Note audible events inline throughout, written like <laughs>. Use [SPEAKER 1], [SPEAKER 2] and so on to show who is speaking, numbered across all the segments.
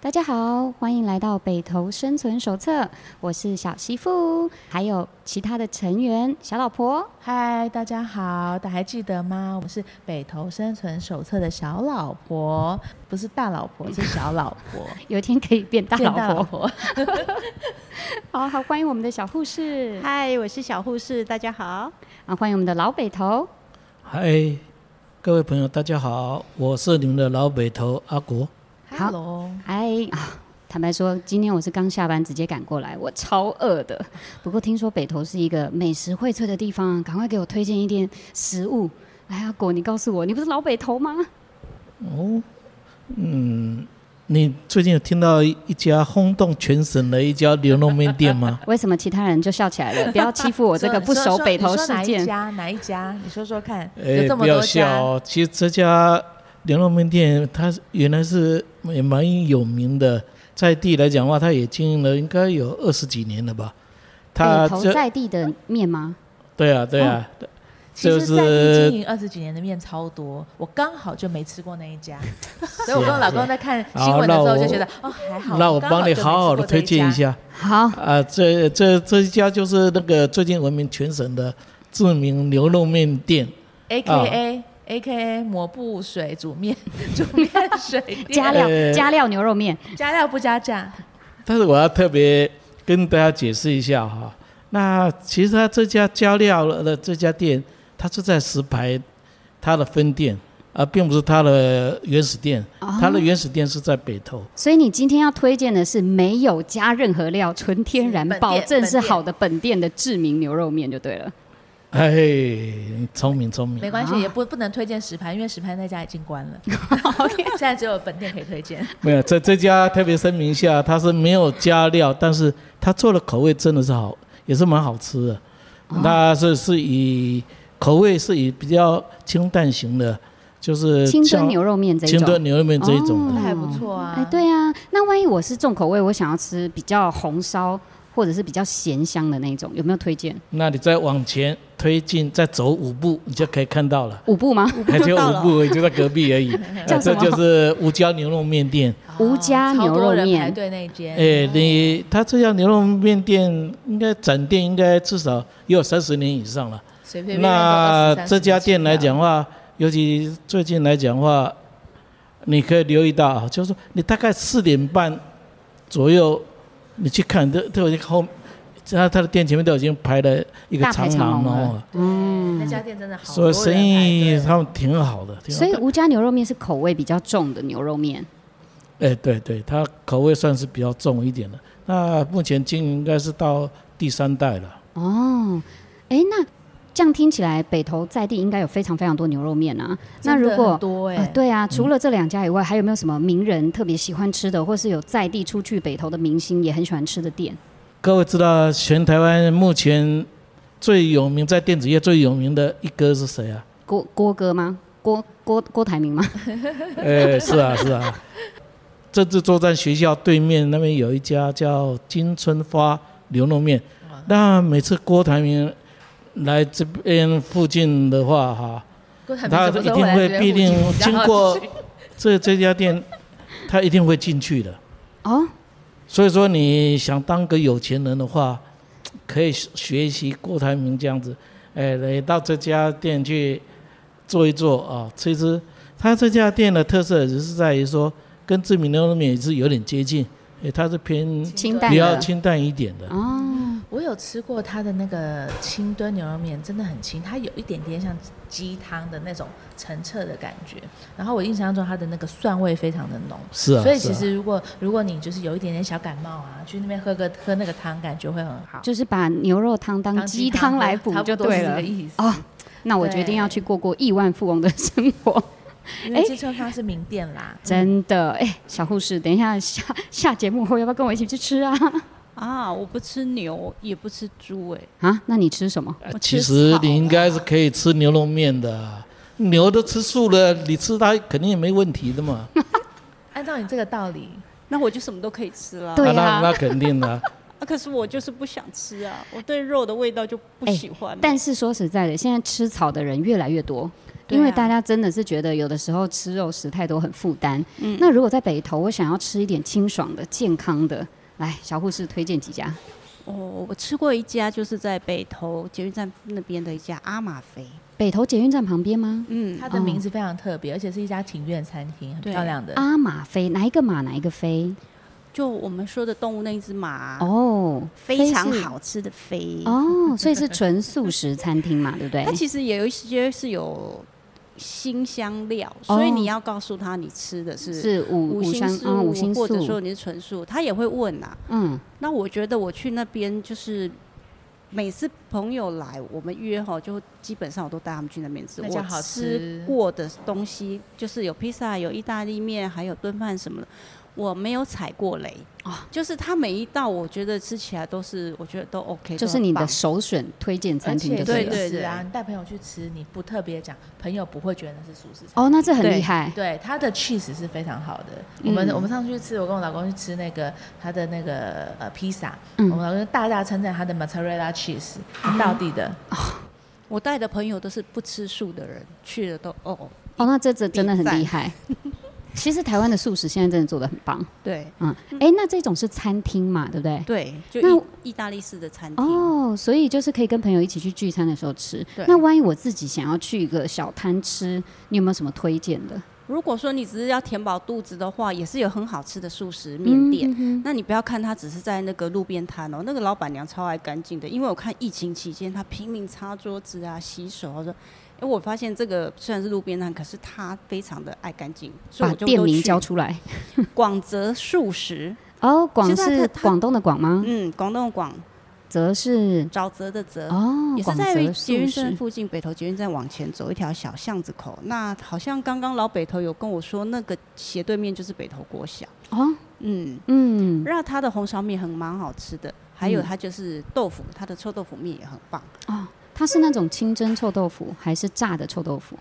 [SPEAKER 1] 大家好，欢迎来到北投生存手册，我是小媳妇，还有其他的成员小老婆。
[SPEAKER 2] 嗨，大家好，大家还记得吗？我是北投生存手册的小老婆，不是大老婆，是小老
[SPEAKER 1] <laughs>
[SPEAKER 2] 婆，
[SPEAKER 1] 有一天可以变大老
[SPEAKER 2] 见大老
[SPEAKER 1] 婆。
[SPEAKER 2] 婆。
[SPEAKER 1] <laughs> 好好，欢迎我们的小护士，
[SPEAKER 3] 嗨，我是小护士，大家好。
[SPEAKER 1] 啊，欢迎我们的老北投。
[SPEAKER 4] 嗨，各位朋友，大家好，我是你们的老北头阿国。
[SPEAKER 1] 好
[SPEAKER 2] Hello，
[SPEAKER 1] 哎啊，坦白说，今天我是刚下班直接赶过来，我超饿的。不过听说北投是一个美食荟萃的地方，赶快给我推荐一点食物。哎呀，果你告诉我，你不是老北投吗？
[SPEAKER 4] 哦，嗯，你最近有听到一家轰动全省的一家牛肉面
[SPEAKER 2] <laughs>
[SPEAKER 4] 店吗？
[SPEAKER 1] 为什么其他人就笑起来了？不要欺负我这个不熟北投事
[SPEAKER 2] 你说
[SPEAKER 1] 件。
[SPEAKER 2] 哪一家？哪一家？你说说看，有
[SPEAKER 4] 哎，
[SPEAKER 2] 这么
[SPEAKER 4] 不要
[SPEAKER 2] 多家。
[SPEAKER 4] 笑、哦，其实这家牛肉面店它原来是也蛮有名的，在地来讲的话，它也经营了应该有二十几年了吧。它
[SPEAKER 2] 哎
[SPEAKER 1] 北投
[SPEAKER 4] 这
[SPEAKER 1] 在地的面吗？
[SPEAKER 4] 对啊对啊，
[SPEAKER 2] 哦其实
[SPEAKER 4] 就是
[SPEAKER 2] 在地经营二十几年的面超多，我刚好就没吃过那一
[SPEAKER 4] <laughs>
[SPEAKER 2] 家，所以我跟我老公在看
[SPEAKER 4] 啊
[SPEAKER 2] 新闻的时候就觉得，哦，还好。
[SPEAKER 4] 那我
[SPEAKER 2] 刚好
[SPEAKER 4] 帮你
[SPEAKER 2] 就没
[SPEAKER 4] 好好
[SPEAKER 2] 吃
[SPEAKER 4] 的
[SPEAKER 2] 过这
[SPEAKER 4] 推荐一
[SPEAKER 2] 家。
[SPEAKER 4] 下。
[SPEAKER 1] 好，
[SPEAKER 4] 啊，这这这一家就是那个最近闻名全省的知名牛肉面店，
[SPEAKER 2] A K
[SPEAKER 4] 嗯
[SPEAKER 2] A A K A 抹布水煮面 <laughs> 煮面水店
[SPEAKER 1] 加料
[SPEAKER 4] 呃
[SPEAKER 1] 加料牛肉面，
[SPEAKER 2] 加料不加价，
[SPEAKER 4] 但是我要特别跟大家解释一下哈。那其实他这家加料的这家店，它是在石牌它的分店啊，并不是它的原始店，
[SPEAKER 1] 哦
[SPEAKER 4] 它的原始店是在北投。
[SPEAKER 1] 所以你今天要推荐的是没有加任何料、纯天然
[SPEAKER 2] 是本，店
[SPEAKER 1] 保证是
[SPEAKER 2] 本店
[SPEAKER 1] 好的本店的志明牛肉面就对了。
[SPEAKER 4] 哎，你聪明聪
[SPEAKER 2] 没
[SPEAKER 4] 明，
[SPEAKER 2] 关
[SPEAKER 1] 啊
[SPEAKER 2] 系，也不不能推荐石牌，因为石牌那家已经关了，
[SPEAKER 1] <laughs>
[SPEAKER 2] 现在只有本店可以推荐。
[SPEAKER 4] 没有这这家特别声明一下，它是没有加料，但是它做的口味真的是好，也是蛮好吃的。
[SPEAKER 1] 哦
[SPEAKER 4] 那是是以口味是以比较清淡型的，就是
[SPEAKER 1] 清
[SPEAKER 4] 像
[SPEAKER 1] 炖牛肉面这一
[SPEAKER 4] 呃清
[SPEAKER 1] 种
[SPEAKER 4] 炖。牛肉面这一种的。
[SPEAKER 2] 那还不错啊
[SPEAKER 1] 哎，对啊，那万一我是重口味，我想要吃比较红烧或者是比较咸香的那种，有没有推荐？
[SPEAKER 4] 那你再往前推进，再走五步，你就可以看到了。
[SPEAKER 1] 五步吗？
[SPEAKER 3] 我
[SPEAKER 4] 还
[SPEAKER 3] 就
[SPEAKER 4] 就
[SPEAKER 3] 到
[SPEAKER 4] 五
[SPEAKER 3] 了，
[SPEAKER 4] 步而已，就在隔壁而已。
[SPEAKER 1] <laughs> 叫什
[SPEAKER 4] 那这
[SPEAKER 1] 么
[SPEAKER 4] 就是吴家牛肉面店。
[SPEAKER 1] 吴家牛
[SPEAKER 2] 超
[SPEAKER 1] 肉
[SPEAKER 2] 多人排
[SPEAKER 1] 面，
[SPEAKER 2] 队那一间，
[SPEAKER 4] 哎，你他这家牛肉面店应该展店应该至少也有三十年以上了。
[SPEAKER 2] 随便便
[SPEAKER 4] 那这家店来，讲话，尤其最近来讲话，你可以留意到啊，就是说你大概四点半左右，你去看，都都已经后，他他的店前面都已经排了一个
[SPEAKER 1] 大排
[SPEAKER 4] 长
[SPEAKER 1] 长
[SPEAKER 4] 廊
[SPEAKER 1] 龙了
[SPEAKER 4] 了，
[SPEAKER 2] 20-30家那家店真的好多
[SPEAKER 4] 所以
[SPEAKER 2] 人排队，
[SPEAKER 4] 生意他们挺好的。挺好
[SPEAKER 1] 所
[SPEAKER 4] 的
[SPEAKER 1] 以吴家牛肉面是口味比较重的牛肉面。
[SPEAKER 4] 哎，对对，他口味算是比较重一点的。那目前经营应该是到第三代了。
[SPEAKER 1] 哦，哎，那这样听起来，北投在地应该有非常非常多牛肉面啊。那如
[SPEAKER 2] 真的
[SPEAKER 1] 果
[SPEAKER 2] 很多
[SPEAKER 1] 啊
[SPEAKER 2] 哎，，
[SPEAKER 1] 对啊，除了这两家以外，还有没有什么名人特别喜欢吃的，或是有在地出去北投的明星也很喜欢吃的店？
[SPEAKER 4] 各位知道，全台湾目前最有名在电子业最有名的一哥是谁啊？
[SPEAKER 1] 郭郭哥吗？郭郭郭台铭吗？
[SPEAKER 4] 哎，是啊，是啊。这次作战学校对面那边有一家叫金春花牛肉面，那每次郭台铭来这边附近的话，哈，
[SPEAKER 2] 郭台铭
[SPEAKER 4] 他
[SPEAKER 2] 什么
[SPEAKER 4] 一
[SPEAKER 2] 时候
[SPEAKER 4] 定
[SPEAKER 2] 来
[SPEAKER 4] 会
[SPEAKER 2] 这边
[SPEAKER 4] 必
[SPEAKER 2] 附近
[SPEAKER 4] 定
[SPEAKER 2] 比较
[SPEAKER 4] 经
[SPEAKER 2] 好
[SPEAKER 4] 过
[SPEAKER 2] 吃
[SPEAKER 4] 这这家店，他一定会进去的。
[SPEAKER 1] 哦，
[SPEAKER 4] 所以说，你想当个有钱人的话，可以学习郭台铭这样子，哎，来到这家店去坐一坐啊，吃一吃。他这家店的特色只是在于说，跟知名牛肉面也是有点接近，哎，它是偏
[SPEAKER 1] 清
[SPEAKER 2] 清
[SPEAKER 1] 淡
[SPEAKER 2] 淡
[SPEAKER 4] 比较
[SPEAKER 1] 的
[SPEAKER 4] 清淡一点的。
[SPEAKER 1] 哦，
[SPEAKER 2] 我有吃过它的那个清炖牛肉面，真的很清，它有一点点像鸡汤的那种澄澈的感觉。然后我印象中它的那个蒜味非常的浓，
[SPEAKER 4] 是啊，
[SPEAKER 2] 所以
[SPEAKER 4] 是
[SPEAKER 2] 其
[SPEAKER 4] 啊
[SPEAKER 2] 实如果如果你就是有一点点小感冒啊，去那边喝个喝那个汤，感觉会很好。
[SPEAKER 1] 就是把牛肉汤当
[SPEAKER 2] 当
[SPEAKER 1] 鸡汤来补
[SPEAKER 2] 喝差
[SPEAKER 1] 就
[SPEAKER 2] 不多是
[SPEAKER 1] 对
[SPEAKER 2] 这
[SPEAKER 1] 了
[SPEAKER 2] 个。意思。
[SPEAKER 1] 哦，那我决定要去过过亿万富翁的生活，
[SPEAKER 2] 因为鸡翅汤是名店啦，
[SPEAKER 1] 真的。哎，小护士，等一下下下节目后要不要跟我一起去吃啊？
[SPEAKER 3] 啊！我不吃牛，也不吃猪、哎，
[SPEAKER 1] 啊，那你吃什么？
[SPEAKER 3] 我
[SPEAKER 4] 其
[SPEAKER 3] 吃
[SPEAKER 4] 实
[SPEAKER 3] 草
[SPEAKER 4] 你应该是可以吃牛肉面的，牛都吃素了，你吃它肯定也没问题的嘛。
[SPEAKER 2] 按照你这个道理，
[SPEAKER 3] 那我就什么都可以吃了。
[SPEAKER 1] 对
[SPEAKER 4] 啊
[SPEAKER 1] 啊
[SPEAKER 4] 那那肯定的。
[SPEAKER 3] 啊可是我就是不想吃啊，我对肉的味道就不喜欢、
[SPEAKER 1] 但是说实在的，现在吃草的人越来越多，
[SPEAKER 2] 对啊
[SPEAKER 1] 因为大家真的是觉得有的时候吃肉食太多很负担。
[SPEAKER 3] 嗯
[SPEAKER 1] 那如果在北投，我想要吃一点清爽的、健康的，来，小护士推荐几家。
[SPEAKER 3] 哦，我吃过一家，就是在北投捷运站那边的一家阿玛菲。
[SPEAKER 1] 北投捷运站旁边吗？
[SPEAKER 3] 嗯，
[SPEAKER 2] 它的名字非常特别，而且是一家庭院餐厅，很
[SPEAKER 3] 对
[SPEAKER 2] 漂亮的。
[SPEAKER 1] 阿马飞，哪一个马哪一个飞？
[SPEAKER 3] 就我们说的动物那一只马，
[SPEAKER 1] 哦，
[SPEAKER 3] 啊非常
[SPEAKER 1] 飞是
[SPEAKER 3] 好吃的飞。
[SPEAKER 1] 哦，所以是纯素食餐厅嘛，对不对
[SPEAKER 3] 它？其实也有一些是有新香料，所以
[SPEAKER 1] 哦
[SPEAKER 3] 你要告诉他你吃的是
[SPEAKER 1] 是五
[SPEAKER 3] 五
[SPEAKER 1] 五
[SPEAKER 3] 星
[SPEAKER 1] 香
[SPEAKER 3] 素，
[SPEAKER 1] 嗯五星
[SPEAKER 3] 或者说
[SPEAKER 1] 素，
[SPEAKER 3] 你是纯素，他也会问啊。
[SPEAKER 1] 嗯
[SPEAKER 3] 那我觉得我去那边就是。每次朋友来，我们约哈，就基本上我都带他们去那边吃。
[SPEAKER 2] 那家
[SPEAKER 3] 我
[SPEAKER 2] 好
[SPEAKER 3] 吃
[SPEAKER 2] 吃
[SPEAKER 3] 过的东西就是有披萨、有意大利面，还有炖饭什么的，我没有踩过雷
[SPEAKER 2] 哦
[SPEAKER 1] 啊
[SPEAKER 3] 就是它每一道，我觉得吃起来都是，我觉得都 OK，
[SPEAKER 1] 就
[SPEAKER 3] 都
[SPEAKER 1] 是
[SPEAKER 3] 很
[SPEAKER 1] 你的
[SPEAKER 3] 棒
[SPEAKER 1] 首选推荐
[SPEAKER 2] 而
[SPEAKER 1] 餐厅
[SPEAKER 2] 且
[SPEAKER 1] 就对
[SPEAKER 3] 对了
[SPEAKER 1] 了。
[SPEAKER 2] 素食
[SPEAKER 3] 对
[SPEAKER 2] 啊，
[SPEAKER 3] 对
[SPEAKER 2] 你带朋友去吃，你不特别讲，朋友不会觉得那是素食餐。
[SPEAKER 1] 哦，那这很
[SPEAKER 3] 对
[SPEAKER 1] 厉害，
[SPEAKER 2] 对，它的 cheese 是非常好的。我们、
[SPEAKER 1] 嗯
[SPEAKER 2] 我们上次去吃，我跟我老公去吃那个他的那个呃披萨，
[SPEAKER 1] 嗯哦
[SPEAKER 2] 我们老公大大称赞他的 mozzarella cheese，到底的。
[SPEAKER 3] 我带的朋友都是不吃素的人，去了都哦，
[SPEAKER 1] 哦，那这这真的很
[SPEAKER 3] 比
[SPEAKER 1] 厉
[SPEAKER 3] 赞
[SPEAKER 1] 害。 <laughs> 其实台湾的素食现在真的做的很棒，
[SPEAKER 3] 对
[SPEAKER 1] 嗯，哎、那这种是餐厅嘛，对不对？
[SPEAKER 3] 对，就
[SPEAKER 1] 那
[SPEAKER 3] 意意大利式的餐厅。
[SPEAKER 1] 哦，所以就是可以跟朋友一起去聚餐的时候吃
[SPEAKER 3] 对。
[SPEAKER 1] 那万一我自己想要去一个小摊吃，你有没有什么推荐的？
[SPEAKER 3] 如果说你只是要填饱肚子的话，也是有很好吃的素食面店。
[SPEAKER 1] 嗯
[SPEAKER 3] 那你不要看它只是在那个路边摊哦，那个老板娘超爱干净的，因为我看疫情期间她拼命擦桌子啊、洗手啊，说，哎、我发现这个虽然是路边摊，可是她非常的爱干净，所以
[SPEAKER 1] 把
[SPEAKER 3] 我就
[SPEAKER 1] 店
[SPEAKER 3] 都
[SPEAKER 1] 名
[SPEAKER 3] 去
[SPEAKER 1] 交出来。
[SPEAKER 3] 广泽素食，
[SPEAKER 1] 哦，广
[SPEAKER 3] 其实它
[SPEAKER 1] 是
[SPEAKER 3] 它
[SPEAKER 1] 广东的广吗？
[SPEAKER 3] 嗯，广东的广
[SPEAKER 1] 则是
[SPEAKER 3] 沼泽的泽，
[SPEAKER 1] 哦，
[SPEAKER 3] 也是
[SPEAKER 1] 广
[SPEAKER 3] 在于
[SPEAKER 1] 泽
[SPEAKER 3] 捷
[SPEAKER 1] 素
[SPEAKER 3] 运站
[SPEAKER 1] 食。
[SPEAKER 3] 附近，北投捷运站往前走一条小巷子口。那好像刚刚老北头有跟我说，那个斜对面就是北投国小。
[SPEAKER 1] 哦，
[SPEAKER 3] 嗯，
[SPEAKER 1] 嗯，
[SPEAKER 3] 那它的红烧面很蛮好吃的，还有
[SPEAKER 1] 嗯
[SPEAKER 3] 它就是豆腐，它的臭豆腐面也很棒。
[SPEAKER 1] 哦它是那种清蒸臭豆腐还是炸的臭豆腐？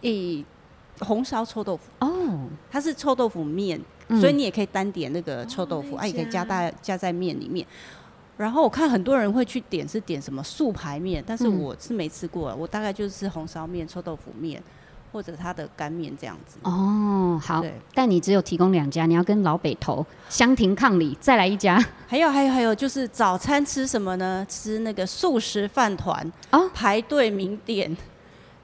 [SPEAKER 3] 诶，红烧臭豆腐，
[SPEAKER 1] 哦，
[SPEAKER 3] 它是臭豆腐面，
[SPEAKER 1] 嗯
[SPEAKER 3] 嗯所以你也可以单点那个臭豆腐，
[SPEAKER 2] 那
[SPEAKER 3] 啊，也可以加
[SPEAKER 2] 家
[SPEAKER 3] 大加在面里面。然后我看很多人会去点是点什么素排面，但是
[SPEAKER 1] 嗯
[SPEAKER 3] 我是没吃过，啊我大概就是吃红烧面、臭豆腐面或者它的干面这样子。
[SPEAKER 1] 哦，好，
[SPEAKER 3] 对，
[SPEAKER 1] 但你只有提供两家，你要跟老北投、香亭抗里再来一家。
[SPEAKER 3] 还有还有还有，就是早餐吃什么呢？吃那个素食饭团
[SPEAKER 1] <laughs> 哦
[SPEAKER 3] 排队名店，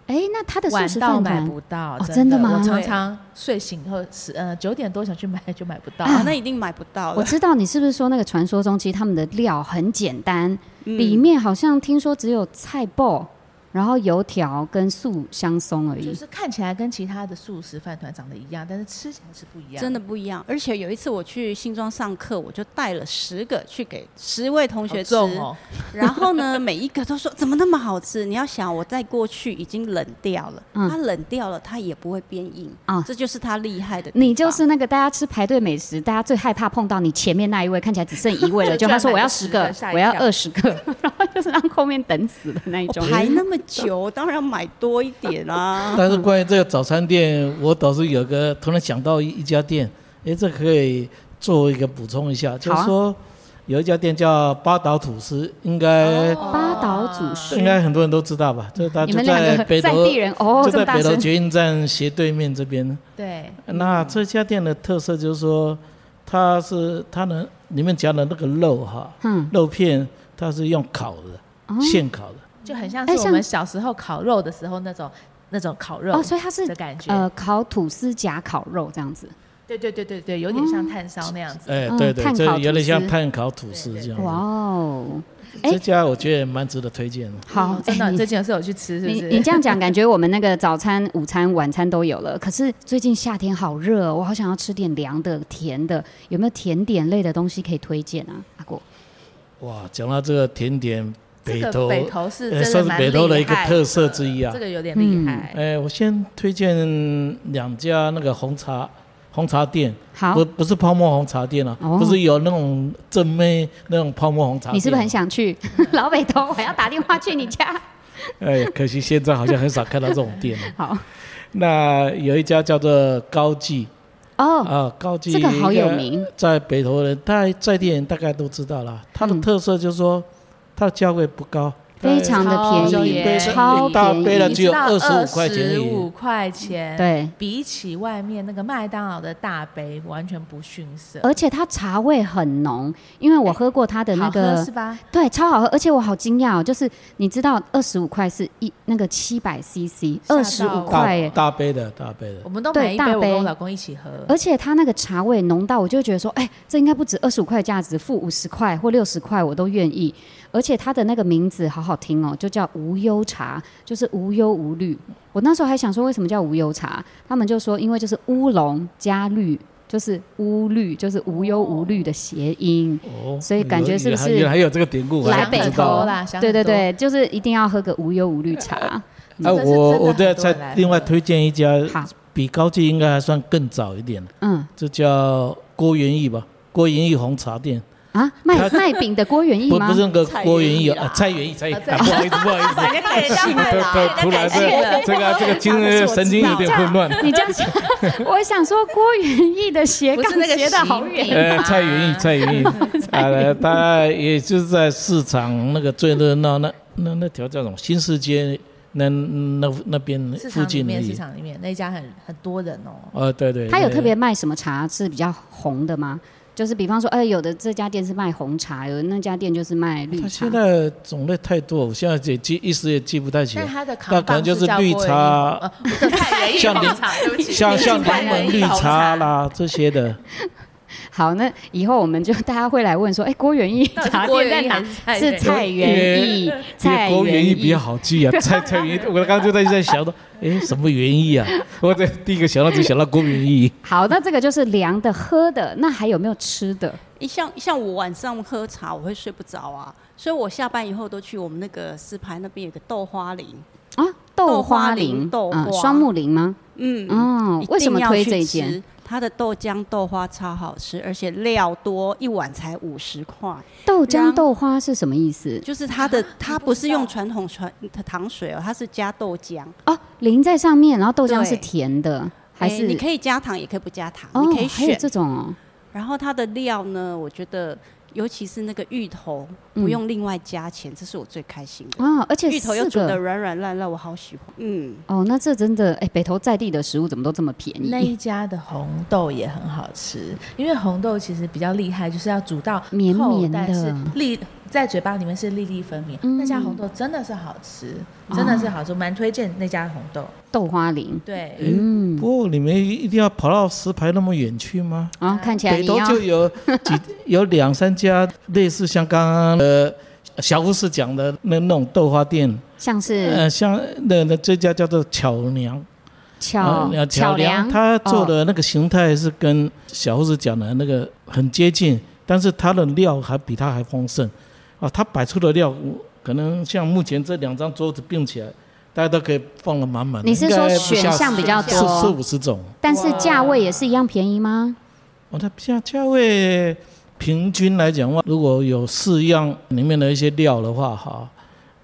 [SPEAKER 1] 哎，那它的素
[SPEAKER 2] 晚
[SPEAKER 1] 食
[SPEAKER 2] 到
[SPEAKER 1] 饭
[SPEAKER 2] 买
[SPEAKER 1] 团
[SPEAKER 2] 不到，
[SPEAKER 1] 哦真
[SPEAKER 2] 真
[SPEAKER 1] 的吗
[SPEAKER 2] 我常
[SPEAKER 3] 对
[SPEAKER 2] 常睡醒后十呃九点多想去买就买不到，
[SPEAKER 3] 啊，那一定买不到
[SPEAKER 1] 我
[SPEAKER 3] 了。
[SPEAKER 1] 知道你是不是说那个传说中，其实他们的料很简单，
[SPEAKER 3] 嗯
[SPEAKER 1] 里面好像听说只有菜爆，然后油条跟素香松而已。
[SPEAKER 2] 就是看起来跟其他的素食饭团长得一样，但是吃起来是不一样。
[SPEAKER 3] 真的不一样，而且有一次我去新庄上课，我就带了十个去给十位同学
[SPEAKER 2] 好
[SPEAKER 3] 吃，
[SPEAKER 2] 重哦，
[SPEAKER 3] <laughs> 然后呢，每一个都说怎么那么好吃？你要想，我在过去已经冷掉了，
[SPEAKER 1] 嗯
[SPEAKER 3] 它冷掉了，它也不会变硬
[SPEAKER 1] 啊
[SPEAKER 3] 这就是它厉害的地方。
[SPEAKER 1] 你就是那个大家吃排队美食，大家最害怕碰到你前面那一位，看起来只剩一 <laughs> 位了，就
[SPEAKER 2] 就
[SPEAKER 1] 他说
[SPEAKER 2] 转
[SPEAKER 1] 我
[SPEAKER 2] 买
[SPEAKER 1] 要
[SPEAKER 2] 个
[SPEAKER 1] 十
[SPEAKER 2] 十
[SPEAKER 1] 个
[SPEAKER 2] 个，吓一
[SPEAKER 1] 我要
[SPEAKER 2] 跳
[SPEAKER 1] 二十个， <laughs> 然后就是让后面等死的那一
[SPEAKER 3] 我
[SPEAKER 1] 种。嗯
[SPEAKER 3] 排那么久，我当然要买多一点
[SPEAKER 1] <laughs>
[SPEAKER 3] 啊啦、
[SPEAKER 4] 但是关于这个早餐店，我倒是有个突然想到一一家店，哎，这可以做一个补充一下，就
[SPEAKER 1] 好啊
[SPEAKER 4] 是说有一家店叫八岛吐司，应该、
[SPEAKER 1] 呃八岛祖
[SPEAKER 2] 哦
[SPEAKER 1] 师
[SPEAKER 4] 应，该很多人都知道吧？就它
[SPEAKER 1] 哦嗯你
[SPEAKER 4] 就
[SPEAKER 1] 们两
[SPEAKER 4] 在
[SPEAKER 1] 个
[SPEAKER 4] 北
[SPEAKER 1] 在
[SPEAKER 4] 投，
[SPEAKER 1] 地人哦，
[SPEAKER 4] 就
[SPEAKER 1] 这么
[SPEAKER 4] 在
[SPEAKER 1] 大
[SPEAKER 4] 北投
[SPEAKER 1] 声，嗯
[SPEAKER 4] 捷运站斜对面这边。
[SPEAKER 2] 对，
[SPEAKER 4] 那这家店的特色就是说，它是它呢里面夹的那个肉哈，
[SPEAKER 1] 嗯，
[SPEAKER 4] 肉片它是用烤的，
[SPEAKER 1] 哦
[SPEAKER 4] 现烤的。
[SPEAKER 2] 就很像
[SPEAKER 1] 哎
[SPEAKER 2] 是我
[SPEAKER 1] 像
[SPEAKER 2] 们小时候烤肉的时候那种那种烤肉
[SPEAKER 1] 哦，所以它是
[SPEAKER 2] 的感觉。
[SPEAKER 1] 呃烤吐司夹烤肉这样子。
[SPEAKER 2] 对对对对对，有点像炭烧那样子。
[SPEAKER 4] 哎，
[SPEAKER 1] 嗯
[SPEAKER 4] 对对，
[SPEAKER 1] 炭
[SPEAKER 4] 这
[SPEAKER 1] 烤
[SPEAKER 4] 有
[SPEAKER 1] 吐
[SPEAKER 4] 点像
[SPEAKER 1] 司
[SPEAKER 4] 炭烤吐司
[SPEAKER 2] 对
[SPEAKER 4] 这样
[SPEAKER 1] 哇
[SPEAKER 4] 子。
[SPEAKER 1] 哦，哎
[SPEAKER 4] 这家我觉得也蛮值得推荐的。
[SPEAKER 1] 好
[SPEAKER 2] 哦，真
[SPEAKER 1] 哎
[SPEAKER 2] 的，
[SPEAKER 1] 你
[SPEAKER 2] 最近有是有去吃，是不
[SPEAKER 1] 你
[SPEAKER 2] 是？
[SPEAKER 1] 你这样讲，感觉我们那个早餐、午餐、晚餐都有了。可是最近夏天好热哦，我好想要吃点凉的、甜的，有没有甜点类的东西可以推荐啊？阿果，
[SPEAKER 4] 哇，讲到这个甜点，
[SPEAKER 2] 这
[SPEAKER 4] 北
[SPEAKER 2] 个
[SPEAKER 4] 投，
[SPEAKER 2] 北投是
[SPEAKER 4] 呃，
[SPEAKER 2] 真的
[SPEAKER 4] 算是
[SPEAKER 2] 蛮
[SPEAKER 4] 北投的
[SPEAKER 2] 厉
[SPEAKER 4] 一个
[SPEAKER 2] 害
[SPEAKER 4] 特色之一啊
[SPEAKER 2] 这。个有点厉害。
[SPEAKER 4] 哎，我先推荐两家那个红茶红茶店，
[SPEAKER 1] 好
[SPEAKER 4] 不，不是泡沫红茶店啊，
[SPEAKER 1] 哦
[SPEAKER 4] 不是有那种正妹那种泡沫红茶店啊。
[SPEAKER 1] 你是不是很想去老北头？我要打电话去你家。
[SPEAKER 4] 哎，可惜现在好像很少看到这种店
[SPEAKER 1] <laughs>
[SPEAKER 4] 了。
[SPEAKER 1] 好
[SPEAKER 4] 那有一家叫做高记
[SPEAKER 1] 哦，
[SPEAKER 4] 啊，高记
[SPEAKER 1] 这个好有，名
[SPEAKER 4] 在北投人在在地人大概都知道啦。它的
[SPEAKER 1] 嗯
[SPEAKER 4] 特色就是说，它的价位不高，
[SPEAKER 1] 非常的
[SPEAKER 2] 超
[SPEAKER 1] 便
[SPEAKER 4] 一杯
[SPEAKER 1] 宜，
[SPEAKER 2] 是
[SPEAKER 1] 超
[SPEAKER 4] 一大
[SPEAKER 1] 便
[SPEAKER 4] 杯
[SPEAKER 1] 宜
[SPEAKER 4] 的
[SPEAKER 2] 你
[SPEAKER 4] 只
[SPEAKER 2] 知
[SPEAKER 4] 有
[SPEAKER 2] 道
[SPEAKER 4] 25块钱而已
[SPEAKER 2] 25块钱，，
[SPEAKER 1] 对，
[SPEAKER 2] 比起外面那个麦当劳的大杯，完全不逊色。
[SPEAKER 1] 而且它茶味很浓，因为我喝过它的那
[SPEAKER 2] 好喝
[SPEAKER 1] 个
[SPEAKER 2] 是，吧？
[SPEAKER 1] 对，超好喝，而且我好惊讶哦，就是你知道二十五块是一那个七百 CC，
[SPEAKER 2] 吓到
[SPEAKER 1] 二
[SPEAKER 2] 我
[SPEAKER 1] 十五块
[SPEAKER 4] 大
[SPEAKER 1] 耶。
[SPEAKER 4] 大杯的大杯的
[SPEAKER 2] 我，们都
[SPEAKER 1] 对
[SPEAKER 2] 买一
[SPEAKER 1] 大
[SPEAKER 2] 杯，我跟
[SPEAKER 1] 杯
[SPEAKER 2] 我老公一起喝。
[SPEAKER 1] 而且它那个茶味浓到，我就会觉得说，哎、这应该不止二十五块的价值，付五十块或六十块我都愿意。而且它的那个名字好好听哦，就叫无忧茶，就是无忧无虑。我那时候还想说，为什么叫无忧茶？他们就说，因为就是乌龙加绿，就是乌绿，就是无忧无虑的谐音。
[SPEAKER 4] 哦，
[SPEAKER 1] 所以感觉是不是
[SPEAKER 4] 原来原来有这个典故？我还
[SPEAKER 1] 来
[SPEAKER 4] 不
[SPEAKER 1] 北
[SPEAKER 4] 知
[SPEAKER 1] 投
[SPEAKER 4] 道
[SPEAKER 2] 啦，想
[SPEAKER 1] 对对
[SPEAKER 2] 很多，
[SPEAKER 1] 对，就是一定要喝个无忧无虑茶。
[SPEAKER 4] 啊，
[SPEAKER 2] 真的是真
[SPEAKER 4] 我
[SPEAKER 2] 的
[SPEAKER 4] 我
[SPEAKER 2] 很
[SPEAKER 4] 再
[SPEAKER 2] 多人来
[SPEAKER 4] 再
[SPEAKER 2] 喝
[SPEAKER 4] 另外推荐一家，
[SPEAKER 1] 好，
[SPEAKER 4] 比高记应该还算更早一点，
[SPEAKER 1] 嗯
[SPEAKER 4] 这叫郭元义吧，郭元义红茶店，
[SPEAKER 1] 啊，卖卖饼的郭元义
[SPEAKER 4] 不
[SPEAKER 1] 吗？
[SPEAKER 4] 不是那个
[SPEAKER 3] 蔡元
[SPEAKER 4] 郭元义
[SPEAKER 3] 义
[SPEAKER 4] 啊，
[SPEAKER 3] 啦
[SPEAKER 4] 蔡元义，蔡元义，
[SPEAKER 2] 啊
[SPEAKER 4] 啊不好意思，不好意思，
[SPEAKER 2] 把人家给当麦啦
[SPEAKER 4] 对，突然
[SPEAKER 2] 人家感谢了
[SPEAKER 4] 这这个这个精神神经有点混乱，
[SPEAKER 1] 你这样想，我想说郭元义的斜杠
[SPEAKER 2] 不是那个
[SPEAKER 1] 斜的好
[SPEAKER 2] 斜
[SPEAKER 1] 远
[SPEAKER 2] 杠。
[SPEAKER 4] 呃，蔡元义，蔡元义，啊，他也就是在市场那个最热闹那那那条叫什么新世街那那那边
[SPEAKER 2] 市
[SPEAKER 4] 附
[SPEAKER 2] 场里
[SPEAKER 4] 近而
[SPEAKER 2] 面，市
[SPEAKER 4] 已，
[SPEAKER 2] 场里面那一家很很多人哦。
[SPEAKER 4] 哦，对对，
[SPEAKER 1] 他有
[SPEAKER 4] 对
[SPEAKER 1] 特别卖什么茶是比较红的吗？就是比方说，哎，有的这家店是卖红茶，有的那家店就是卖绿
[SPEAKER 4] 他
[SPEAKER 1] 茶
[SPEAKER 4] 现。在种类太多，我现在也记一时也记不太起
[SPEAKER 2] 但
[SPEAKER 4] 来。
[SPEAKER 2] 它的扛
[SPEAKER 4] 那可能
[SPEAKER 2] 棒
[SPEAKER 4] 就是
[SPEAKER 2] 叫
[SPEAKER 4] 绿
[SPEAKER 2] 郭元 <laughs>
[SPEAKER 4] 茶
[SPEAKER 2] 义，呃不是
[SPEAKER 4] <laughs>
[SPEAKER 2] 蔡元义
[SPEAKER 4] 像柠
[SPEAKER 2] 红茶，对不起，
[SPEAKER 4] 像像柠
[SPEAKER 2] 蔡元
[SPEAKER 4] 檬
[SPEAKER 2] 义
[SPEAKER 4] 绿
[SPEAKER 2] 红
[SPEAKER 4] 茶，啦这些的，
[SPEAKER 1] 好，那以后我们就大家会来问说，哎，郭元义
[SPEAKER 2] 到底
[SPEAKER 1] 茶
[SPEAKER 2] 是郭
[SPEAKER 1] 店在
[SPEAKER 2] 元义还
[SPEAKER 1] 哪？
[SPEAKER 2] 是蔡
[SPEAKER 1] 是
[SPEAKER 2] 元义
[SPEAKER 1] 蔡元义，
[SPEAKER 4] 因
[SPEAKER 1] 蔡
[SPEAKER 4] 为国园艺
[SPEAKER 1] 元
[SPEAKER 4] 比较好记啊，蔡蔡元义，我刚刚就在在想到，哎，什么园艺啊？我这第一个想到就想到国园艺，
[SPEAKER 1] 好，那这个就是凉的、喝的，那还有没有吃的？
[SPEAKER 3] 一像像我晚上喝茶，我会睡不着啊，所以我下班以后都去我们那个石牌那边有个豆花林，
[SPEAKER 1] 啊，豆
[SPEAKER 3] 豆花
[SPEAKER 1] 花
[SPEAKER 3] 林
[SPEAKER 1] 林，
[SPEAKER 3] 豆
[SPEAKER 1] 嗯
[SPEAKER 3] 花
[SPEAKER 1] 双木林吗？
[SPEAKER 3] 嗯，
[SPEAKER 1] 哦
[SPEAKER 3] 一，
[SPEAKER 1] 为什
[SPEAKER 3] 定
[SPEAKER 1] 么
[SPEAKER 3] 要
[SPEAKER 1] 推
[SPEAKER 3] 去
[SPEAKER 1] 这一
[SPEAKER 3] 吃
[SPEAKER 1] 间？？
[SPEAKER 3] 它的豆浆豆花超好吃，而且料多，一碗才五十块。
[SPEAKER 1] 豆浆
[SPEAKER 3] 让
[SPEAKER 1] 豆花是什么意思？
[SPEAKER 3] 就是它的，
[SPEAKER 1] 啊
[SPEAKER 3] 它不是
[SPEAKER 2] 知道
[SPEAKER 3] 用传统传糖水哦，它是加豆浆，
[SPEAKER 1] 哦，淋在上面，然后豆浆
[SPEAKER 3] 对
[SPEAKER 1] 是甜的，还
[SPEAKER 3] 诶
[SPEAKER 1] 是、
[SPEAKER 3] 你可以加糖，也可以不加糖，
[SPEAKER 1] 哦，
[SPEAKER 3] 你可以
[SPEAKER 1] 还有
[SPEAKER 3] 选。
[SPEAKER 1] 这种哦，
[SPEAKER 3] 然后它的料呢，我觉得尤其是那个芋头，
[SPEAKER 1] 嗯
[SPEAKER 3] 不用另外加钱，这是我最开心的。
[SPEAKER 1] 啊、而且
[SPEAKER 3] 芋头又
[SPEAKER 1] 四
[SPEAKER 3] 煮的
[SPEAKER 1] 个
[SPEAKER 3] 软软烂烂，我好喜欢。嗯，
[SPEAKER 1] 哦，那这真的哎，北投在地的食物怎么都这么便
[SPEAKER 2] 那
[SPEAKER 1] 宜？
[SPEAKER 2] 一家的红豆也很好吃，因为红豆其实比较厉害，就是要煮到
[SPEAKER 1] 绵
[SPEAKER 2] 透
[SPEAKER 1] 绵
[SPEAKER 2] 但是
[SPEAKER 1] 的
[SPEAKER 2] 粒在嘴巴里面是粒粒分明。
[SPEAKER 1] 嗯
[SPEAKER 2] 那家红豆真的是好吃，真的是好吃，我蛮推荐那家红豆。
[SPEAKER 1] 豆花林，
[SPEAKER 2] 对，
[SPEAKER 1] 嗯，
[SPEAKER 4] 不过你们一定要跑到石牌那么远去吗？
[SPEAKER 1] 啊、看起来
[SPEAKER 4] 北
[SPEAKER 1] 你
[SPEAKER 4] 投
[SPEAKER 1] 要
[SPEAKER 4] 就有几有两三家类似像刚刚呃小护士讲的那那种豆花店，
[SPEAKER 1] 像是
[SPEAKER 4] 呃，像那那这家叫做巧娘。
[SPEAKER 1] 巧
[SPEAKER 4] 呃
[SPEAKER 1] 巧
[SPEAKER 4] 梁
[SPEAKER 1] 梁，
[SPEAKER 4] 他做的那个形态是跟小护士讲的那个很接近，但是它的料还比它还丰盛，啊，它摆出的料，我可能像目前这两张桌子并起来，大家都可以放的满满的。
[SPEAKER 1] 你是
[SPEAKER 4] 应
[SPEAKER 1] 说
[SPEAKER 4] 该不
[SPEAKER 1] 选
[SPEAKER 4] 下
[SPEAKER 1] 项比较
[SPEAKER 4] 四四
[SPEAKER 1] 多，
[SPEAKER 4] 五十种，
[SPEAKER 1] 但是价位也是一样便宜吗？
[SPEAKER 4] 我的价价位平均来讲的话，如果有四样里面的一些料的话，哈。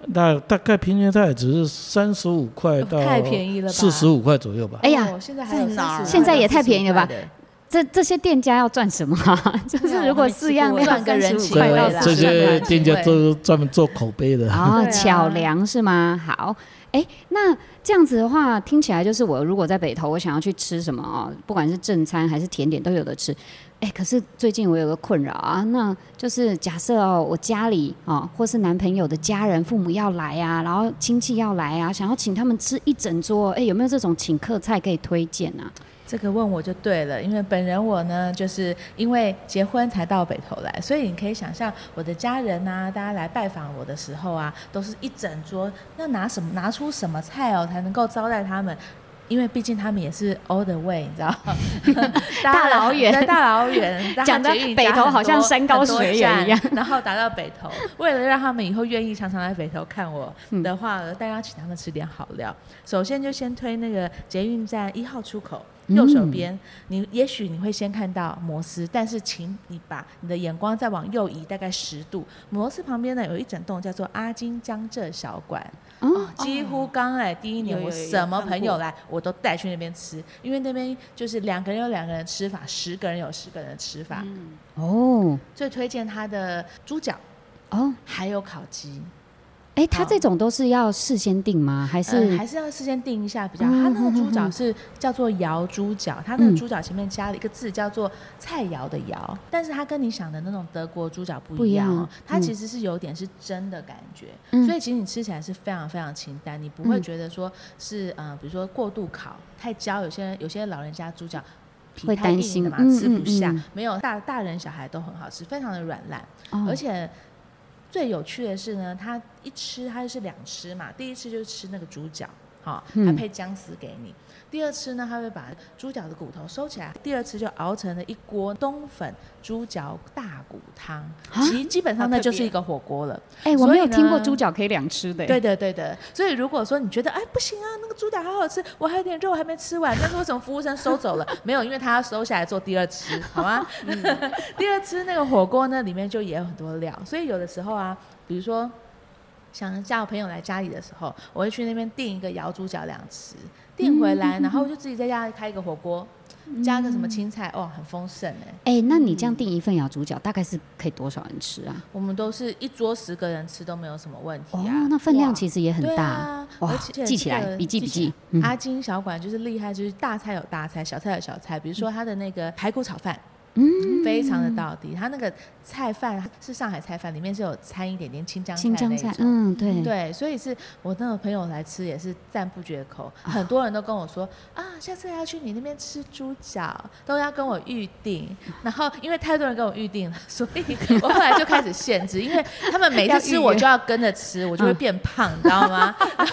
[SPEAKER 4] 那大概平均它也只是三十五块到
[SPEAKER 2] 太便宜了吧
[SPEAKER 4] 四十五块左右吧。
[SPEAKER 1] 哎呀
[SPEAKER 2] 哦，现在还有
[SPEAKER 3] 在哪儿
[SPEAKER 2] 45
[SPEAKER 1] 现在也太便宜了吧
[SPEAKER 2] 块的
[SPEAKER 1] 这这些店家要赚什么、啊？ <laughs> 就是如果四样料
[SPEAKER 2] 赚个人情
[SPEAKER 1] 快
[SPEAKER 2] 味
[SPEAKER 1] 到
[SPEAKER 2] 啦
[SPEAKER 1] 四
[SPEAKER 4] 这
[SPEAKER 1] 十
[SPEAKER 4] 些
[SPEAKER 1] 块
[SPEAKER 4] 店家都专门做口碑的。
[SPEAKER 1] 哦，
[SPEAKER 2] 对啊
[SPEAKER 1] 巧梁是吗？好，哎，那这样子的话，听起来就是我如果在北投，我想要去吃什么哦，不管是正餐还是甜点，都有的吃。哎，可是最近我有个困扰啊，那就是假设哦，我家里哦，或是男朋友的家人、父母要来啊，然后亲戚要来啊，想要请他们吃一整桌，哎，有没有这种请客菜可以推荐啊？
[SPEAKER 2] 这个问我就对了，因为本人我呢，就是因为结婚才到北投来，所以你可以想象我的家人啊，大家来拜访我的时候啊，都是一整桌，要拿什么拿出什么菜哦，才能够招待他们。因为毕竟他们也是 all the way，你知道，
[SPEAKER 1] <laughs> 大老远
[SPEAKER 2] 对大
[SPEAKER 1] <laughs>
[SPEAKER 2] 老远，搭
[SPEAKER 1] 讲得
[SPEAKER 2] 捷运
[SPEAKER 1] 北投好像山高水远一样
[SPEAKER 2] 很多站然后达到北投。为了让他们以后愿意常常来北投看我
[SPEAKER 3] 嗯
[SPEAKER 2] 的话，大家请他们吃点好料。首先就先推那个捷运站一号出口
[SPEAKER 1] 嗯
[SPEAKER 2] 右手边，你也许你会先看到摩斯，但是请你把你的眼光再往右移大概十度，摩斯旁边呢有一整栋叫做阿金江浙小馆，
[SPEAKER 1] 哦，
[SPEAKER 2] 几乎刚来第一年，
[SPEAKER 3] 有
[SPEAKER 2] 我
[SPEAKER 3] 有有
[SPEAKER 2] 什么
[SPEAKER 3] 看
[SPEAKER 2] 朋
[SPEAKER 3] 过
[SPEAKER 2] 友来，我都带去那边吃，因为那边就是两个人有两个人吃法，十个人有十个人的吃法。
[SPEAKER 3] 嗯
[SPEAKER 1] 哦，
[SPEAKER 2] 最推荐他的猪脚，
[SPEAKER 1] 哦，
[SPEAKER 2] 还有烤鸡。
[SPEAKER 1] 哎，他这种都是要事先定吗？还是、嗯
[SPEAKER 2] 嗯、还是要事先定一下比较好。它那个猪脚是叫做瑶猪脚，它那个猪脚前面加了一个字叫做菜肴的肴，但是它跟你想的那种德国猪脚不一样
[SPEAKER 1] 不一
[SPEAKER 2] 哦
[SPEAKER 1] 样，
[SPEAKER 2] 它
[SPEAKER 1] 嗯
[SPEAKER 2] 其实是有点是蒸的感觉，
[SPEAKER 1] 嗯
[SPEAKER 2] 所以其实你吃起来是非常非常清淡，你不会觉得说是呃，比如说过度烤太焦，有些人有些老人家猪脚。皮
[SPEAKER 1] 会
[SPEAKER 2] 太
[SPEAKER 1] 担
[SPEAKER 2] 硬了
[SPEAKER 1] 心
[SPEAKER 2] 嘛，
[SPEAKER 1] 嗯
[SPEAKER 2] 吃
[SPEAKER 1] 嗯
[SPEAKER 2] 不下。
[SPEAKER 1] 嗯
[SPEAKER 2] 没有大大人小孩都很好吃，非常的软烂。
[SPEAKER 1] 哦
[SPEAKER 2] 而且最有趣的是呢，它一吃它就是两吃嘛，第一吃就是吃那个猪脚，好、
[SPEAKER 1] 嗯
[SPEAKER 2] 它配姜丝给你。第二吃呢，它会把猪脚的骨头收起来，第二吃就熬成了一锅冬粉猪脚大骨汤，
[SPEAKER 1] 啊
[SPEAKER 2] 其实基本上
[SPEAKER 3] 好
[SPEAKER 2] 那
[SPEAKER 3] 特
[SPEAKER 2] 就是
[SPEAKER 3] 别
[SPEAKER 2] 一个火锅了。
[SPEAKER 1] 哎、我没有
[SPEAKER 2] 所以呢
[SPEAKER 1] 听过猪脚可以两吃的、哎
[SPEAKER 2] 对的，对的。所以如果说你觉得哎不行啊，那个猪脚好好吃，我还有点肉还没吃完，但是为什么服务生收走了？没有，因为他要收下来做第二吃，好吗？第二吃那个火锅呢，里面就也有很多料，所以有的时候啊，比如说。想叫朋友来家里的时候，我会去那边订一个瑶猪脚两吃，订回来，然后我就自己在家里开一个火锅，加个什么青菜，哇，很丰盛哎、
[SPEAKER 1] 哎、那你这样定一份咬猪脚，大概是可以多少人吃啊？
[SPEAKER 2] 我们都是一桌十个人吃都没有什么问题
[SPEAKER 1] 哦
[SPEAKER 2] 啊。，
[SPEAKER 1] 那分量
[SPEAKER 2] 哇
[SPEAKER 1] 其实也很
[SPEAKER 2] 对
[SPEAKER 1] 大，
[SPEAKER 2] 啊、
[SPEAKER 1] 哇
[SPEAKER 2] 而且
[SPEAKER 1] 记起
[SPEAKER 2] 这
[SPEAKER 1] 来
[SPEAKER 2] 个
[SPEAKER 1] 笔记笔
[SPEAKER 2] 起来
[SPEAKER 1] 记嗯
[SPEAKER 2] 阿金小馆就是厉害，就是大菜有大菜，小菜有小菜。比如说他的那个排骨炒饭，嗯，非常的到底。他那个菜饭是上海菜饭，里面是有掺一点点青江菜
[SPEAKER 1] 新疆
[SPEAKER 2] 那
[SPEAKER 1] 菜
[SPEAKER 2] 种。，
[SPEAKER 1] 嗯，对，
[SPEAKER 2] 对，所以是我那个朋友来吃也是赞不绝口，很多人都跟我说啊，下次要去你那边吃猪脚，都要跟我预定。 <laughs> 然后因为太多人跟我预定了， <laughs> 所以我后来就开始限制，因为他们每
[SPEAKER 1] 要
[SPEAKER 2] 次
[SPEAKER 1] 预
[SPEAKER 2] 吃我
[SPEAKER 1] 约
[SPEAKER 2] 就要跟着吃，我就会
[SPEAKER 1] 嗯
[SPEAKER 2] 变胖，你知道吗？ <laughs> 然后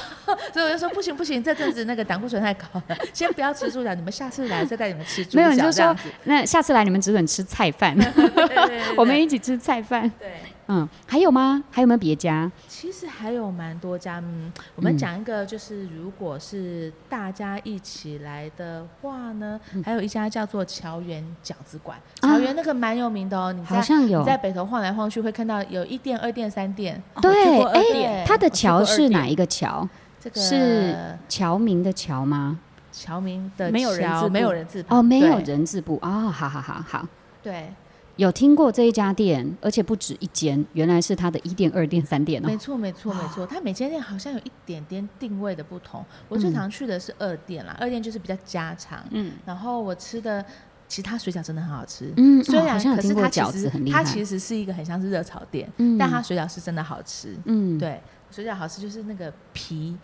[SPEAKER 2] 所以我就说不行不行，这阵子那个胆固醇太高了，先不要吃猪脚，你们下次来再带你们吃猪
[SPEAKER 1] 没有你
[SPEAKER 2] 脚
[SPEAKER 1] 就
[SPEAKER 2] 这样
[SPEAKER 1] 说
[SPEAKER 2] 子。
[SPEAKER 1] 那下次来你们只准吃菜饭，
[SPEAKER 2] 对对对对
[SPEAKER 1] 我们一起吃菜饭。
[SPEAKER 2] 对。
[SPEAKER 1] 嗯，还有吗？还有没有别家？
[SPEAKER 2] 其实还有蛮多家，嗯，我
[SPEAKER 1] 嗯
[SPEAKER 2] 们讲一个，就是如果是大家一起来的话呢，还有一家叫做乔园饺子馆，
[SPEAKER 1] 嗯啊
[SPEAKER 2] 乔园那个蛮有名的哦，你
[SPEAKER 1] 好
[SPEAKER 2] 在
[SPEAKER 1] 像有
[SPEAKER 2] 你，在北投晃来晃去会看到有一店、二店、三店，
[SPEAKER 1] 对，哎、
[SPEAKER 2] 店
[SPEAKER 1] 它的
[SPEAKER 2] 我去过
[SPEAKER 1] 桥
[SPEAKER 2] 哦二
[SPEAKER 1] 是
[SPEAKER 2] 店
[SPEAKER 1] 哪一个桥？
[SPEAKER 2] 这个
[SPEAKER 1] 是侨民的侨吗？
[SPEAKER 2] 侨民的
[SPEAKER 3] 没有人
[SPEAKER 2] 侨
[SPEAKER 3] 字部
[SPEAKER 2] 没有人字旁
[SPEAKER 1] 哦，没有
[SPEAKER 2] 对
[SPEAKER 1] 人字部哦，好好好好，
[SPEAKER 2] 对，
[SPEAKER 1] 有听过这一家店，而且不止一间，原来是它的一店、二店、三店哦
[SPEAKER 2] 没。错，没错，没错。它每间店好像有一点点定位的不同。我
[SPEAKER 1] 嗯
[SPEAKER 2] 最常去的是二店啦，二店就是比较家常。
[SPEAKER 3] 嗯
[SPEAKER 2] 嗯，然后我吃的其他水饺真的很好吃。
[SPEAKER 1] 嗯
[SPEAKER 2] 虽
[SPEAKER 1] 哦
[SPEAKER 2] 然、
[SPEAKER 1] 好像有
[SPEAKER 2] 可
[SPEAKER 1] 听
[SPEAKER 2] 是
[SPEAKER 1] 过
[SPEAKER 2] 它其
[SPEAKER 1] 饺子
[SPEAKER 2] 实
[SPEAKER 1] 很厉
[SPEAKER 2] 它
[SPEAKER 1] 害
[SPEAKER 2] 其实是一个很像是热炒店，
[SPEAKER 1] 嗯
[SPEAKER 2] 但它水饺是真的好吃。
[SPEAKER 1] 嗯，
[SPEAKER 2] 对，水饺好吃就是那个皮。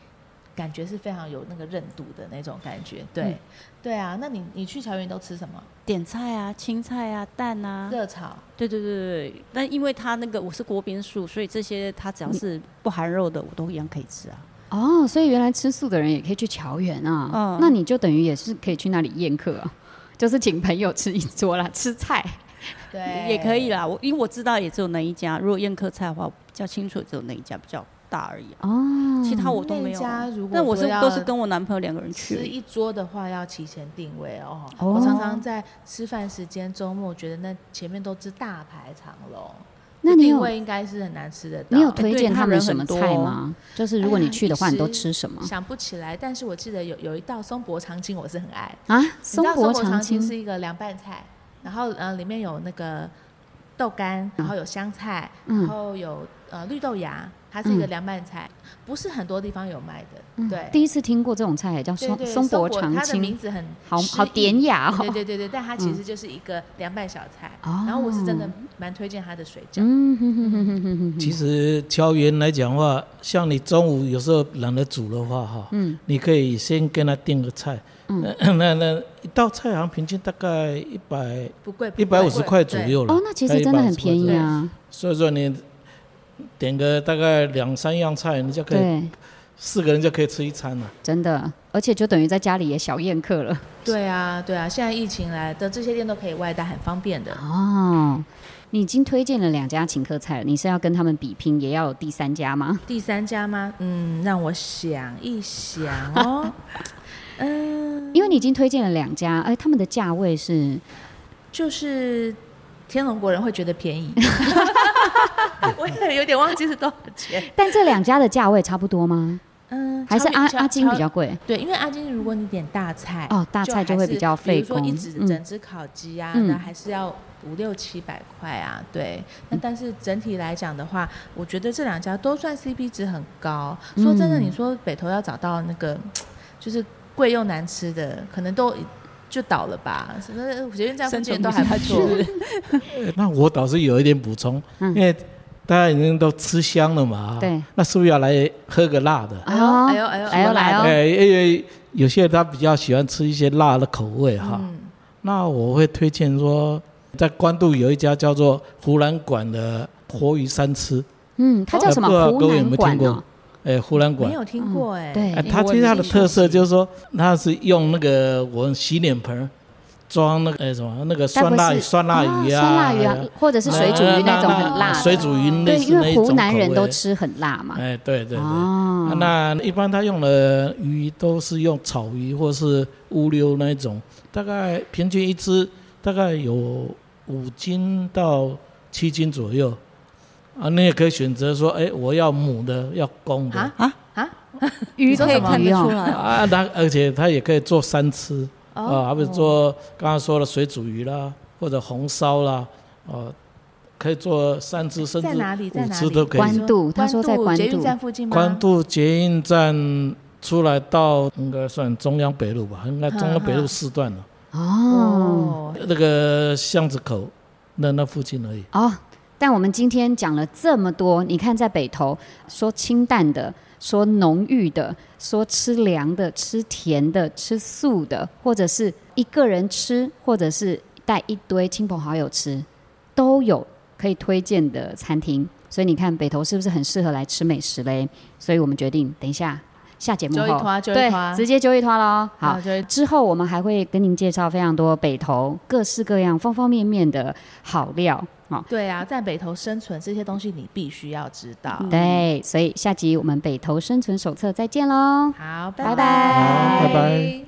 [SPEAKER 2] 感觉是非常有那个韧度的那种感觉，对，
[SPEAKER 1] 嗯
[SPEAKER 2] 对啊。那你你去乔园都吃什么？
[SPEAKER 3] 点菜啊、青菜啊、蛋啊，
[SPEAKER 2] 热炒，
[SPEAKER 3] 对对对对。但因为它那个我是锅边素，所以这些它只要是嗯不含肉的，我都一样可以吃啊。
[SPEAKER 1] 哦，所以原来吃素的人也可以去乔园啊，
[SPEAKER 3] 嗯
[SPEAKER 1] 那你就等于也是可以去那里宴客、啊， <laughs> 就是请朋友吃一桌啦，吃菜。
[SPEAKER 2] 对，
[SPEAKER 3] 也可以啦，我因为我知道也只有那一家。如果宴客菜的话，我比较清楚只有那一家比较大而已、啊。
[SPEAKER 1] 哦，
[SPEAKER 3] 其他我都没
[SPEAKER 2] 嗯那
[SPEAKER 3] 有
[SPEAKER 2] 家
[SPEAKER 3] 啊。
[SPEAKER 2] 如果
[SPEAKER 3] 但我
[SPEAKER 2] 说
[SPEAKER 3] 是
[SPEAKER 2] 要
[SPEAKER 3] 都是跟我男朋友两个人去而
[SPEAKER 2] 吃
[SPEAKER 3] 已。
[SPEAKER 2] 一桌的话要提前定位哦。
[SPEAKER 1] 哦
[SPEAKER 2] 我常常在吃饭时间，周末觉得那前面都是大排长龙，
[SPEAKER 1] 那你
[SPEAKER 2] 定呃
[SPEAKER 1] 有
[SPEAKER 2] 位应该是很难吃得到。
[SPEAKER 1] 你有推荐
[SPEAKER 3] 对
[SPEAKER 1] 他
[SPEAKER 3] 他
[SPEAKER 1] 们
[SPEAKER 3] 人
[SPEAKER 1] 什么
[SPEAKER 3] 很多
[SPEAKER 1] 菜吗？就是如果你去的话，
[SPEAKER 2] 哎呀
[SPEAKER 1] 你都吃什么
[SPEAKER 2] 想不起来，但是我记得有有一道松柏长青，我是很爱。
[SPEAKER 1] 啊？
[SPEAKER 2] 你知道
[SPEAKER 1] 柏
[SPEAKER 2] 柏长
[SPEAKER 1] 青
[SPEAKER 2] 是一个凉拌菜，然后呃里面有那个豆干，然后有香菜，
[SPEAKER 1] 嗯
[SPEAKER 2] 然后有呃绿豆芽，它是一个
[SPEAKER 1] 嗯
[SPEAKER 2] 凉拌菜，不是很多地方有卖的。
[SPEAKER 1] 嗯
[SPEAKER 2] 对，
[SPEAKER 1] 第一次听过这种菜，叫
[SPEAKER 2] 对
[SPEAKER 1] 松
[SPEAKER 2] 对
[SPEAKER 1] 松柏
[SPEAKER 2] 柏
[SPEAKER 1] 长
[SPEAKER 2] 它的名
[SPEAKER 1] 青，
[SPEAKER 2] 字很
[SPEAKER 1] 好
[SPEAKER 2] 诗
[SPEAKER 1] 好
[SPEAKER 2] 意
[SPEAKER 1] 典雅
[SPEAKER 2] 对
[SPEAKER 1] 哦。
[SPEAKER 2] 对对对，但它其实就是一个凉拌小菜。
[SPEAKER 1] 哦
[SPEAKER 2] 然后我是真的蛮推荐它的水饺。
[SPEAKER 1] 嗯哼哼哼哼哼哼
[SPEAKER 4] 其实敲园来讲的话，像你中午有时候懒得煮的话，哈，
[SPEAKER 1] 嗯，
[SPEAKER 4] 你可以先跟他订个菜，
[SPEAKER 1] 嗯
[SPEAKER 4] 那那那一道菜好像平均大概一百
[SPEAKER 2] 不贵，不贵
[SPEAKER 4] 一百五十块左。
[SPEAKER 2] 对
[SPEAKER 4] 右了。
[SPEAKER 1] 哦，那其实真的很便宜
[SPEAKER 4] 大概150块左右。
[SPEAKER 1] 啊。
[SPEAKER 4] 所以说你点个大概两三样菜，你就可以
[SPEAKER 1] 对，
[SPEAKER 4] 四个人就可以吃一餐了。
[SPEAKER 1] 真的，而且就等于在家里也小宴客了。
[SPEAKER 2] 对啊，对啊，现在疫情来的这些店都可以外带，很方便的。
[SPEAKER 1] 哦，你已经推荐了两家请客菜了，你是要跟他们比拼，也要有第三家吗？
[SPEAKER 2] 第三家吗？嗯，让我想一想 <laughs> 哦。嗯，
[SPEAKER 1] 因为你已经推荐了两家，哎，他们的价位是
[SPEAKER 2] 就是天龙国人会觉得便宜， <laughs> 我也有点忘记是多少钱。
[SPEAKER 1] 但这两家的价位差不多吗？
[SPEAKER 2] 嗯，
[SPEAKER 1] 还是
[SPEAKER 2] 超
[SPEAKER 1] 阿
[SPEAKER 2] 超
[SPEAKER 1] 阿金比
[SPEAKER 2] 超
[SPEAKER 1] 较贵
[SPEAKER 2] 对，因为阿金如果你点大菜，
[SPEAKER 1] 哦，大菜就
[SPEAKER 2] 还
[SPEAKER 1] 会
[SPEAKER 2] 是
[SPEAKER 1] 比较费
[SPEAKER 2] 比如
[SPEAKER 1] 工
[SPEAKER 2] 说。一只
[SPEAKER 1] 嗯
[SPEAKER 2] 整只烤鸡啊，
[SPEAKER 1] 嗯嗯
[SPEAKER 2] 那还是要五六七百块啊。对，那但是整体来讲的话，我觉得这两家都算 CP 值很高。说真的，
[SPEAKER 1] 嗯
[SPEAKER 2] 你说北投要找到那个就是贵又难吃的，可能都。就倒了吧，什么捷运站附
[SPEAKER 3] 生
[SPEAKER 2] 近
[SPEAKER 3] 存
[SPEAKER 2] 都
[SPEAKER 3] 不
[SPEAKER 2] 还不
[SPEAKER 3] 下
[SPEAKER 2] 错。
[SPEAKER 3] <laughs>
[SPEAKER 4] 呃那我倒是有一点补充，
[SPEAKER 1] 嗯
[SPEAKER 4] 因为大家已经都吃香了嘛，
[SPEAKER 1] 对，
[SPEAKER 4] 那是不是要来喝个辣的？
[SPEAKER 2] <laughs> 哎呦
[SPEAKER 1] 哦
[SPEAKER 2] 哎呦哎呦
[SPEAKER 1] 来哦来
[SPEAKER 4] 哎、
[SPEAKER 1] 哦，
[SPEAKER 4] 因为有些人他比较喜欢吃一些辣的口味哈，
[SPEAKER 2] 嗯，
[SPEAKER 4] 那我会推荐说，在关渡有一家叫做湖南馆的活鱼三吃，
[SPEAKER 1] 嗯，它叫什么
[SPEAKER 4] 呃不知道
[SPEAKER 1] 湖
[SPEAKER 4] 各位有
[SPEAKER 1] 南
[SPEAKER 4] 没有
[SPEAKER 1] 馆
[SPEAKER 4] 听
[SPEAKER 1] 哦
[SPEAKER 4] 过？？哎，湖南馆
[SPEAKER 2] 没。有听过哎。
[SPEAKER 1] 嗯对
[SPEAKER 4] 哎，它其实它的特色就是说，它是用那个我们洗脸盆儿装那个呃什么那
[SPEAKER 1] 该不
[SPEAKER 4] 个酸
[SPEAKER 1] 会
[SPEAKER 4] 辣
[SPEAKER 1] 是
[SPEAKER 4] 酸辣鱼啊，
[SPEAKER 1] 酸辣鱼啊
[SPEAKER 4] 哎，
[SPEAKER 1] 或者是水煮鱼那种很辣
[SPEAKER 4] 那
[SPEAKER 1] 的，
[SPEAKER 4] 水煮鱼类
[SPEAKER 1] 对，
[SPEAKER 4] 似
[SPEAKER 1] 因
[SPEAKER 4] 那
[SPEAKER 1] 为
[SPEAKER 4] 一种
[SPEAKER 1] 湖南人
[SPEAKER 4] 口味
[SPEAKER 1] 都吃很辣嘛。
[SPEAKER 4] 哎，对对对。
[SPEAKER 2] 啊
[SPEAKER 1] 哦，
[SPEAKER 4] 啊那一般他用的鱼都是用草鱼或是乌溜那一种，大概平均一只大概有五斤到七斤左右。啊，你也可以选择说，哎，我要母的，要公的
[SPEAKER 2] 啊啊，
[SPEAKER 1] <laughs> 鱼
[SPEAKER 2] 你说
[SPEAKER 1] 可以
[SPEAKER 2] 什么
[SPEAKER 1] 看得出
[SPEAKER 3] 来哦
[SPEAKER 4] 啊，那而且它也可以做三吃
[SPEAKER 2] 哦
[SPEAKER 4] 啊，还不是做刚刚说的水煮鱼啦，或者红烧啦，哦，可以做三吃甚至
[SPEAKER 2] 在哪里？在
[SPEAKER 4] 五
[SPEAKER 2] 哪
[SPEAKER 4] 吃
[SPEAKER 2] 里？
[SPEAKER 4] 都可以。
[SPEAKER 1] 关渡他说在关
[SPEAKER 2] 捷
[SPEAKER 1] 渡
[SPEAKER 2] 运站附近吗？
[SPEAKER 4] 关渡捷运站出来到应该算中央北路吧，应该中央北路四段了，
[SPEAKER 1] 哦
[SPEAKER 2] 哦，
[SPEAKER 4] 那个巷子口那那附近而已。
[SPEAKER 1] 哦，但我们今天讲了这么多，你看在北投说清淡的，说浓郁的，说吃凉的，吃甜的，吃素的，或者是一个人吃，或者是带一堆亲朋好友吃，都有可以推荐的餐厅。所以你看北投是不是很适合来吃美食嘞？所以我们决定等一下下节目
[SPEAKER 2] 揪一
[SPEAKER 1] 后
[SPEAKER 2] 拖，揪一
[SPEAKER 1] 对
[SPEAKER 2] 拖，
[SPEAKER 1] 直接揪一拖喽。好
[SPEAKER 2] 好，，就会
[SPEAKER 1] 之后我们还会跟您介绍非常多北投各式各样、方方面面的好料哦。
[SPEAKER 2] 对啊，在北投生存这些东西你必须要知道。
[SPEAKER 1] 嗯对，所以下集我们北投生存手册再见喽。
[SPEAKER 2] 好，
[SPEAKER 1] 拜
[SPEAKER 2] 拜
[SPEAKER 1] 拜
[SPEAKER 4] 好拜拜